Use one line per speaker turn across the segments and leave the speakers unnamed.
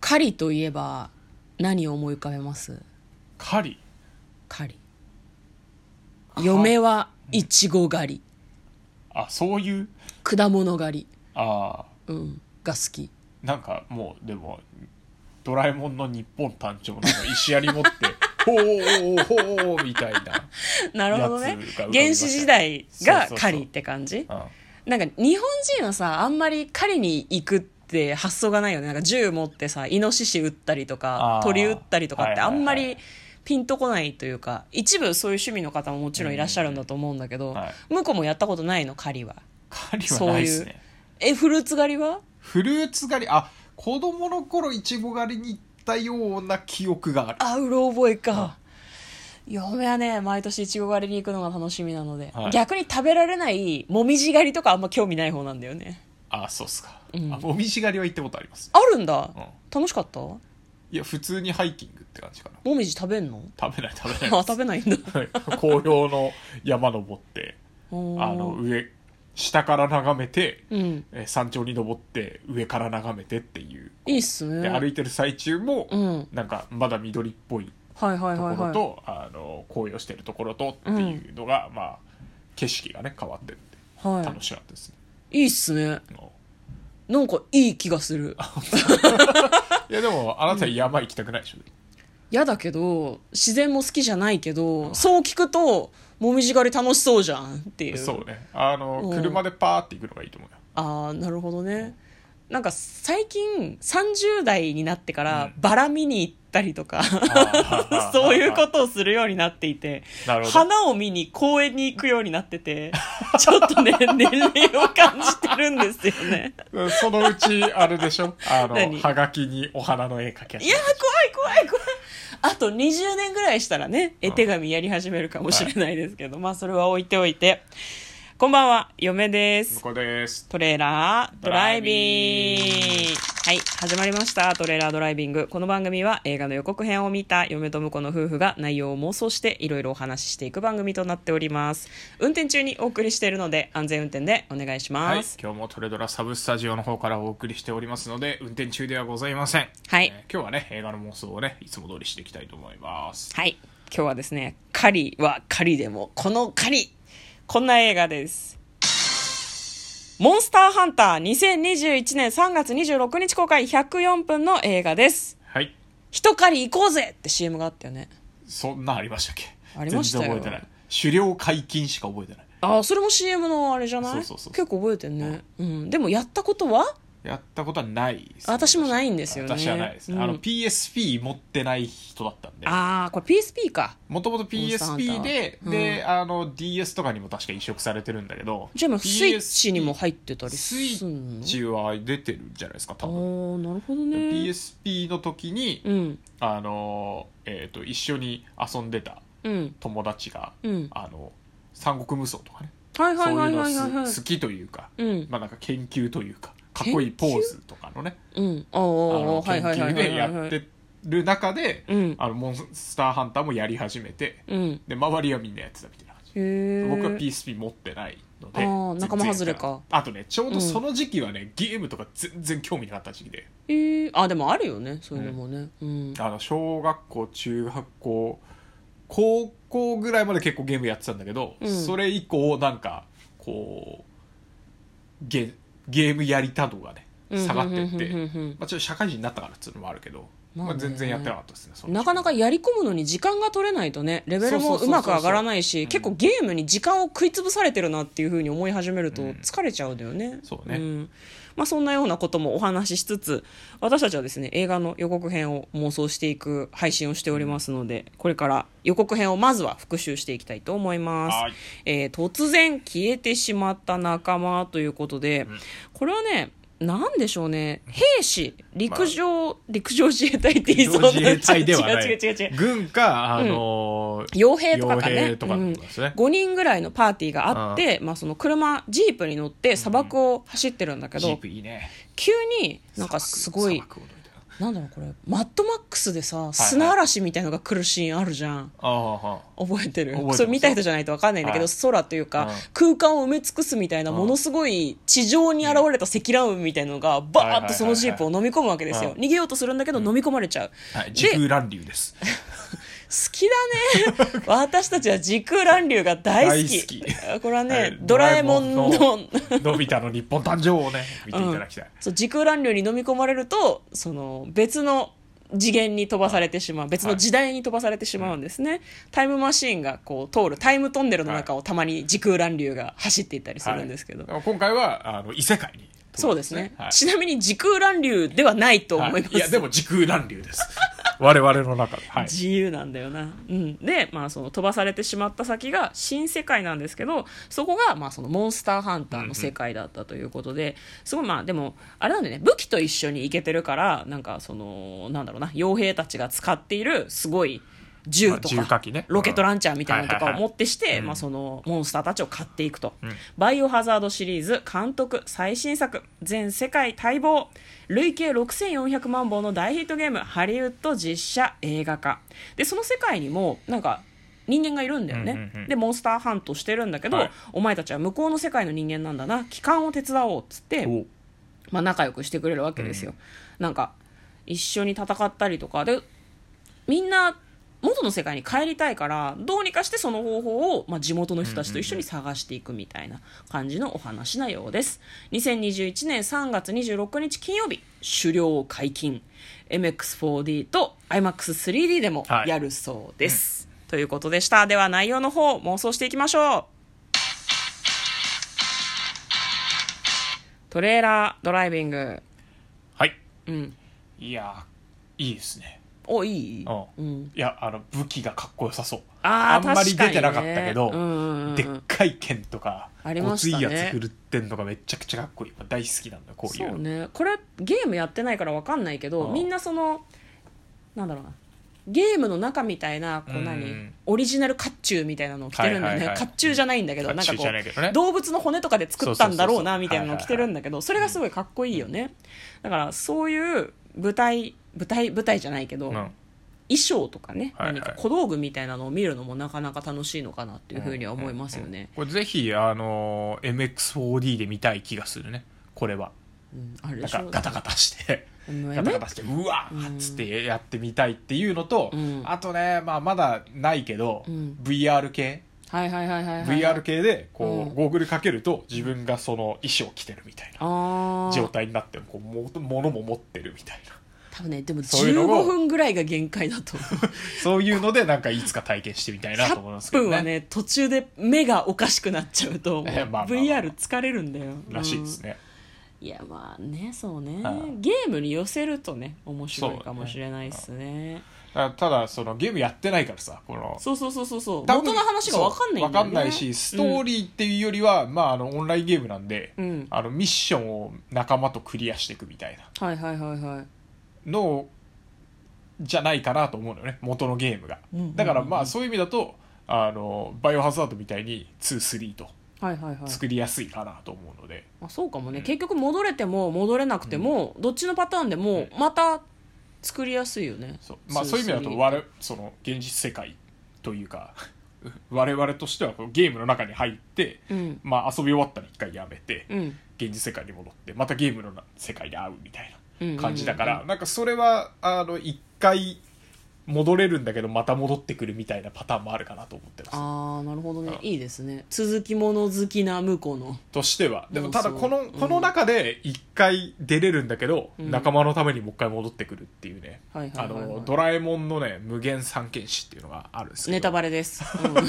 狩りといえば何を思い浮かべます
狩り
狩り嫁はいちご狩り
あそういう
果物狩
あ
り、うん、が好き
ーなんかもうでもドラえもんの日本誕生の石槍 持ってほーほーほーみたい
な
な、
るほどね
やつが浮かびました
原始時代が狩りって感じ
うん、
なんか日本人はさあんまり狩りに行くって発想がないよねなんか銃持ってさイノシシ撃ったりとか
あー
鳥撃ったりとかってあ
はいはいはい
んまりピンとこないというか一部そういう趣味の方ももちろんいらっしゃるんだと思うんだけど、
うんはい
向こうもやったことないの狩りは
狩りはないです
そうい
ね
えフルーツ狩りは
フルーツ狩りあ子供の頃いちご狩りに行ったような記憶がある
あうろ覚えか、嫁はね毎年いちご狩りに行くのが楽しみなので、
はい
逆に食べられないもみじ狩りとかあんま興味ない方なんだよね
あそうっすか、
うん
あもみじ狩りは行ったことあります
あるんだ、
うん
楽しかったも
いや普通にハイキングって感じかな
みじ食べんの
食べない食べない
あ 食べないんだ
はい紅葉の山登って
あ
あの上下から眺めて、
うん
えー山頂に登って上から眺めてっていう
いいっすね
で歩いてる最中も、
うん
なんかまだ緑っぽい
はいはい
と
は
こ
いは
ろ
い
と、あの紅葉してるところとっていうのが、まあ景色がね変わってるって
は
楽しかったですね、
い、いいっすね
あの
なんかいい気がする
いやでもあなた山行きたくないでしょ、
嫌だけど自然も好きじゃないけどそう聞くともみじ狩り楽しそうじゃんっていう
そうねあの、
うん
車でパーって行くのがいいと思うよ
ああなるほどねなんか最近30代になってから
う
バラ見に行ったりとか、
あー
そういうことをするようになっていて
なるほど
花を見に公園に行くようになっててちょっ とね年齢を感じてるんですよね
うんそのうちあれでしょあの
何
はがきにお花の絵描きゃ
いやー怖い怖い怖いあと20年ぐらいしたらね絵手紙やり始めるかもしれないですけど、まあそれは置いておいてこんばんは嫁です
向こうです
トレーラード
ド
ラ
ラ
イ
イ
ビ
ビ
ン
ン
グ
グ
はい始まりましたトレーラードライビングこの番組は映画の予告編を見た嫁と婿の夫婦が内容を妄想していろいろお話ししていく番組となっております運転中にお送りしているので安全運転でお願いし
はい
ます
今日もトレドラサブスタジオの方からお送りしておりますので運転中ではございません
はい
えー今日はね映画の妄想をねいつも通りしていきたいと思います
はい。今日はですね、狩りは狩りでも、この狩りこんな映画です。モンスターハンター2021年3月26日公開104分の映画です。
はい
一狩り行こうぜって CM があったよね。
そんなんありましたっけ
ありましたよ
全然覚えてない狩猟解禁しか覚えてない
ああ、それも CM のあれじゃない
そうそうそう
結構覚えてんね。うん。でもやったことは
やったことはないですね
私もないんですよね
私はないですね、
うん
あの PSP 持ってない人だったんで
ああ、これ PSP か。
もともと
モン
PSP
ス
で、
ターハンター
で、あの、DS とかにも確か移植されてるんだけど。
じゃあ今
PSP
スイッチにも入ってたりす
ス
る
イ
の
ッチは出てるんじゃないですか、多
ああ
分。
ー、なるほどね。
PSP の時に、
うん。
あの、えっ、と、一緒に遊んでた
うん。
友達が、
うん。
あの、三国無双とかね。
はい
そ
は
う
い
い
は
う
い
の
はいはい、
を
はい
す好きというか、
うん。
まあなんか研究というか、かっこいいポーズとかのね、
うん。ああ
あの、
は
研
いはいは
究
いはい
でや
はいは
っ
い。
てる中で
うん、
あの、モンスターハンターもやり始めて、
うん。
で、周りはみんなやってたみたいな感じ。
へー
僕は PSP 持ってないので
あー仲間外れか
全然やってないあとねちょうどその時期はね、ゲームとか全然興味なかった時期で
えー、あでもあるよねそういうのもねうん、
あの小学校中学校高校ぐらいまで結構ゲームやってたんだけど、
うん
それ以降なんかこうゲゲームやりた度がね下がってって、
うんうんうんうんうんうん
まあ、ちょっと社会人になったからっていうのもあるけど、
まあ
ま
ね
あ全然やってなかったですねその時
なかなかやり込むのに時間が取れないとねレベルもうまく上がらないし
そう
結
そうそうそう
構ゲームに時間を食い潰されてるなっていうふうに思い始めると疲れちゃうんだよね、
そうね
んまあ、そんなようなこともお話ししつつ私たちはですね映画の予告編を妄想していく配信をしておりますのでこれから予告編をまずは復習していきたいと思います
はい、
えー突然消えてしまった仲間ということで、これはねなんでしょうね兵士陸上、陸上自衛隊って言いそうな
自衛隊ではな い
違う違う違う違う
軍かあのー
傭兵とかか
傭
ね
兵とかなんですね
うん、5人ぐらいのパーティーがあってまあ、その車ジープに乗って砂漠を走ってるんだけ
ジ
ど、
ープいいね
急になんかすごい
砂漠砂漠を乗りたいな
なんだろうこれマッドマックスでさ砂嵐みたいのが来るシーンあるじゃん、
ああは
覚えてる
覚えてます
それ見た人じゃないと分かんないんだけど、
はい
空というか、空間を埋め尽くすみたいな、
うん
ものすごい地上に現れた積乱雲みたいのが
はい
バ
は
ー
い
ッ
はい
と
はい
そのジープを飲み込むわけですよ、
うん
逃げようとするんだけど飲み込まれちゃう、
あ、はい、時空乱流です
好きだ ね私たちは時空乱流が大好き
大
これはね、
はい
ドラえもんの
ドラえもんのび太の日本誕 生をね見ていただきたい、
そう時空乱流に飲み込まれるとその別の次元に飛ばされてしまう別の時代に飛ばされてしまうんですね、タイムマシーンがこう通るタイムトンネルの中をたまに時空乱流が走っていったりするんですけど、
はい今回はあの異世界に
そうですね、
はい
ちなみに時空乱流ではないと思います、
はい、いやでも時空乱流です 我々の中で、はい、
自由なんだよな、うん、で、まあ、その飛ばされてしまった先が新世界なんですけどそこがまあそのモンスターハンターの世界だったということで、すごいまあでもあれなんでね武器と一緒に行けてるからなんかそのなんだろうな傭兵たちが使っているすごい銃と
まあ銃火
か
器ね
ロケットランチャーみたいなのとか
は
を
いはいはい
持ってして、
うん
まあ、そのモンスターたちを買っていくと、
うん
バイオハザードシリーズ監督最新作全世界待望累計6400万本の大ヒットゲームハリウッド実写映画化でその世界にもなんか人間がいるんだよね、
うんうんうん
でモンスターハントしてるんだけど、
はい
お前たちは向こうの世界の人間なんだな帰還を手伝おうっつって
お
まあ、仲良くしてくれるわけですよ、なんか一緒に戦ったりとかでみんな元の世界に帰りたいからどうにかしてその方法を、まあ、地元の人たちと一緒に探していくみたいな感じのお話なようです2021年3月26日金曜日狩猟解禁 MX4D と IMAX3D でも
はい
やるそうです、ということでしたでは内容の方妄想していきましょうトレーラードライビング
はい
うん
いやーいいですね
おいい
うん
うん
いやあの武器がかっこよさそう
あー
んま
確
り
かに
出
ね
てなかったけど、
うんうんうん
でっかい剣とか
ありま
ごつ
し
い
たね
やつ振るってんのがめちゃくちゃかっこいい大好きなんだよこういう
そうねこれゲームやってないから分かんないけど
うん
みんなそのなんだろうなゲームの中みたいなこう何、
うん
オリジナル甲冑みたいなのを着てるんだよね、
はいはいはい
甲冑じゃないんだけど
甲冑
なんかこ
じゃないけどね
う動物の骨とかで作ったんだろうな
そうそうそうそう
みたいなのを着てるんだけどそれがすごいかっこいいよね、だからそういう舞台舞台舞台じゃないけど、
うん
衣装とかね、
はいは
何
い
か小道具みたいなのを見るのもなかなか楽しいのかなっていうふうには思いますよね、
これぜひあのー MX4D で見たい気がするねこれは
うんあれ
な
で
ん
し
か
ょ
ガタガタして
うん
ガタガタしてうわーっつってやってみたいっていうのと、
うん
あとね、まあ、まだないけど、
うん
VR 系
はいはいはいはい、はい、
VR 系でこう、
うん
ゴーグルかけると自分がその衣装着てるみたいな
あー
状態になってこうも物も持ってるみたいな
多分ねでも
そういうの
15
を
分ぐらいが限界だと思う
そういうのでなんかいつか体験してみたいなと思います
100
けど
分
ね
はね途中で目がおかしくなっちゃうともう
ええ まあまあまあ
VR 疲れるんだよ
らしいですね、
うんいやまあねそうね
はい
ゲームに寄せるとね面白い
そう
かもしれないですね
だからただそのゲームやってないからさこの
そうそうそうそうそう
多分
元の話が分かんないんだよね
そうわかんないしストーリーっていうよりは、まああのオンラインゲームなんで、
うん
あのミッションを仲間とクリアしていくみたいな
はいはいはいはい
のをじゃないかなと思うのよね元のゲームが、
うんうんうんうん
だからまあそういう意味だとあのバイオハザードみたいに23と
はいはいはい
作りやすいかなと思うので、
あそうかもね、結局戻れても戻れなくても、どっちのパターンでもまた作りやすいよね
そうまあ、そういう意味だと我々その現実世界というか 我々としてはこうゲームの中に入って、
うん
まあ、遊び終わったら一回やめて、
うん
現実世界に戻ってまたゲームのな世界で会うみたい
うんうんうん
な感じだから、なんかそれはあの一回戻れるんだけどまた戻ってくるみたいなパターンもあるかなと思ってます
ああなるほどね
うん
いいですね続きもの好きな向こうの
としてはでもただ
そう
この,、
うん
この中で一回出れるんだけど、
うん
仲間のためにもう一回戻ってくるっていうね、
はいはいはいはい
あのドラえもんのね無限三剣士っていうのがあるんですけど
ネタバレです、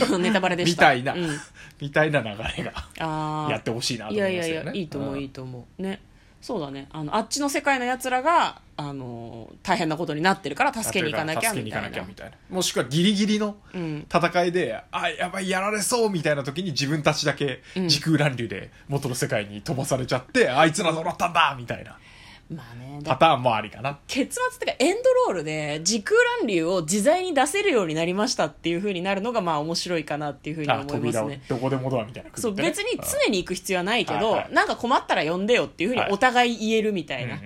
うん ネタバレでし
み
た
たいな、
うん、
みたいな流れが
ああ
やってほしいなと
い
思
や
い
い
ま
や
す
い
よ
や
ね
いいと思ういい
ん
と思うねそうだねあのあっちの世界のやつらが、あのー大変なことになってるから助けに行かなきゃ
助け
み
に行
た
か
い
なき
な
ゃみたいなもしくはギリギリの
うん
戦いで、あやばいやられそうみたいな時に自分たちだけ
うん
時空乱流で元の世界に飛ばされちゃって、あいつらどうなったんだみたいな
まあねだ
パターンもありかな
結末ってかエンドロールで時空乱流を自在に出せるようになりましたっていう風になるのがまあ面白いかなっていう風に
あ
思いま
扉
す
を
ね
どこでもドアみたいな
そう別に
うん
常に行く必要はないけ
はい
ど
はい
なんか困ったら呼んでよっていう風にお互い言えるみたい
うんう
なん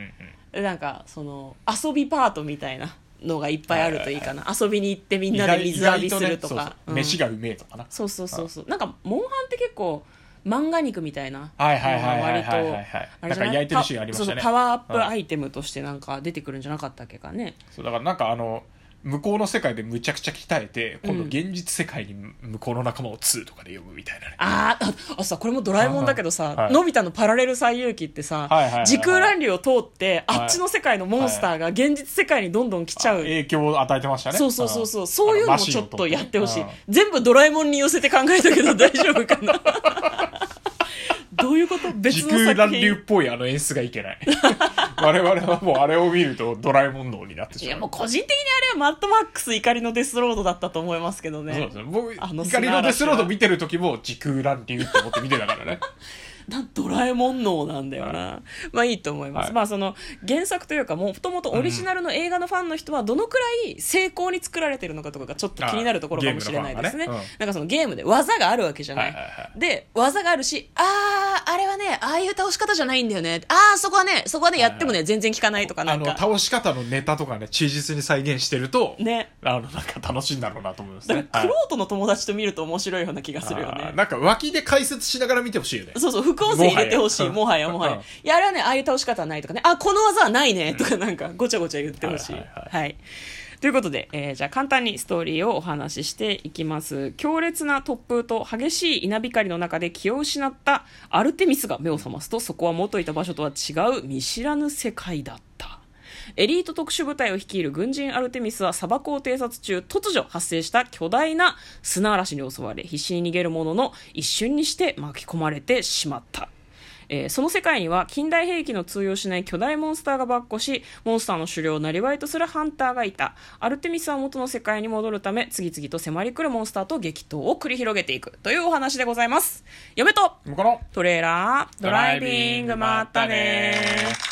うん
なんかその遊びパートみたいなのがいっぱいあるといいかな、遊びに行ってみんなで水浴びすると
意
か
外ねそうそう飯
が
がうめえとかな、
そうそうそうそうなんかモンハンって結構漫画肉みたいな
はいはいはいはいはいはいはい
割とあれ
なん
じゃな
か
い
焼いてるシーンありま
パそう
したね
そうパワーアップアイテムとしてなんか出てくるんじゃなかったっけかね、
そうだからなんかあの向こうの世界でむちゃくちゃ鍛えて今度現実世界に向こうの仲間を2とかで呼ぶみたいなね、
あーああさこれもドラえもんだけどさ、
はい
のび太のパラレル最遊記ってさ、
はいはいはいはい
時空乱流を通って、
はい
あっちの世界のモンスターが現実世界にどんどん来ちゃう、
影響を与えてましたね
そうそうそうそ
ん
うそういうの
あ
も
マシ
ち
ン
ょ
を
っ
取
とやってほしい
うん
全部ドラえもんに寄せて考えたけど大丈夫かな どういうこと別
時
の
空
作
乱流っ
品
ぽいあの演出がいけない 我々はもうあれを見るとドラえもん脳になってしまう
いやもう個人的にあれはマッドマックス怒りのデスロードだったと思いますけど
そう
ね
ですね僕
あの
怒りのデスロード見てる時も時空乱流って思って見てたからね
なドラえもん脳なんだよな、まあいいと思います、
はい
まあその原作というかもともとオリジナルの映画のファンの人はどのくらい成功に作られてるのかとかがちょっと気になるところかもしれないですね
あーゲームのファンがね
なんかそのゲームで技があるわ けじゃない,、
はいはいは
で技があるしあああれはねああいう倒し方じゃないんだよねああそこはねそこはねやってもね全然効かないとかな
あ
ん
の
か
倒し方のネタとかね忠実に再現してると、
ね
あのなんか楽しいんだろうなと思います
だ
ね
からクロ
はい
ートの友達と見ると面白いような気がするよ
あ
ね
ーなんか脇で解説しながら見てほしいよね
そうそう、副音声入れてほしい。も
も
は
は
や
や
もは
う
や
ん。
いや、あれはね、ああいう倒し方はないとかね、あ、この技はないね、とかなんか、ごちゃごちゃ言ってほしい。
はいはい
はい。ということで、えーじゃあ簡単にストーリーをお話ししていきます。強烈な突風と激しい稲光の中で気を失ったアルテミスが目を覚ますと、そこは元いた場所とは違う見知らぬ世界だった。エリート特殊部隊を率いる軍人アルテミスは砂漠を偵察中突如発生した巨大な砂嵐に襲われ必死に逃げるものの一瞬にして巻き込まれてしまった。えーその世界には近代兵器の通用しない巨大モンスターが跋扈しモンスターの狩猟をなりわいとするハンターがいたアルテミスは元の世界に戻るため次々と迫り来るモンスターと激闘を繰り広げていくというお話でございます嫁と
向こうの
トレーラードライビングまったねー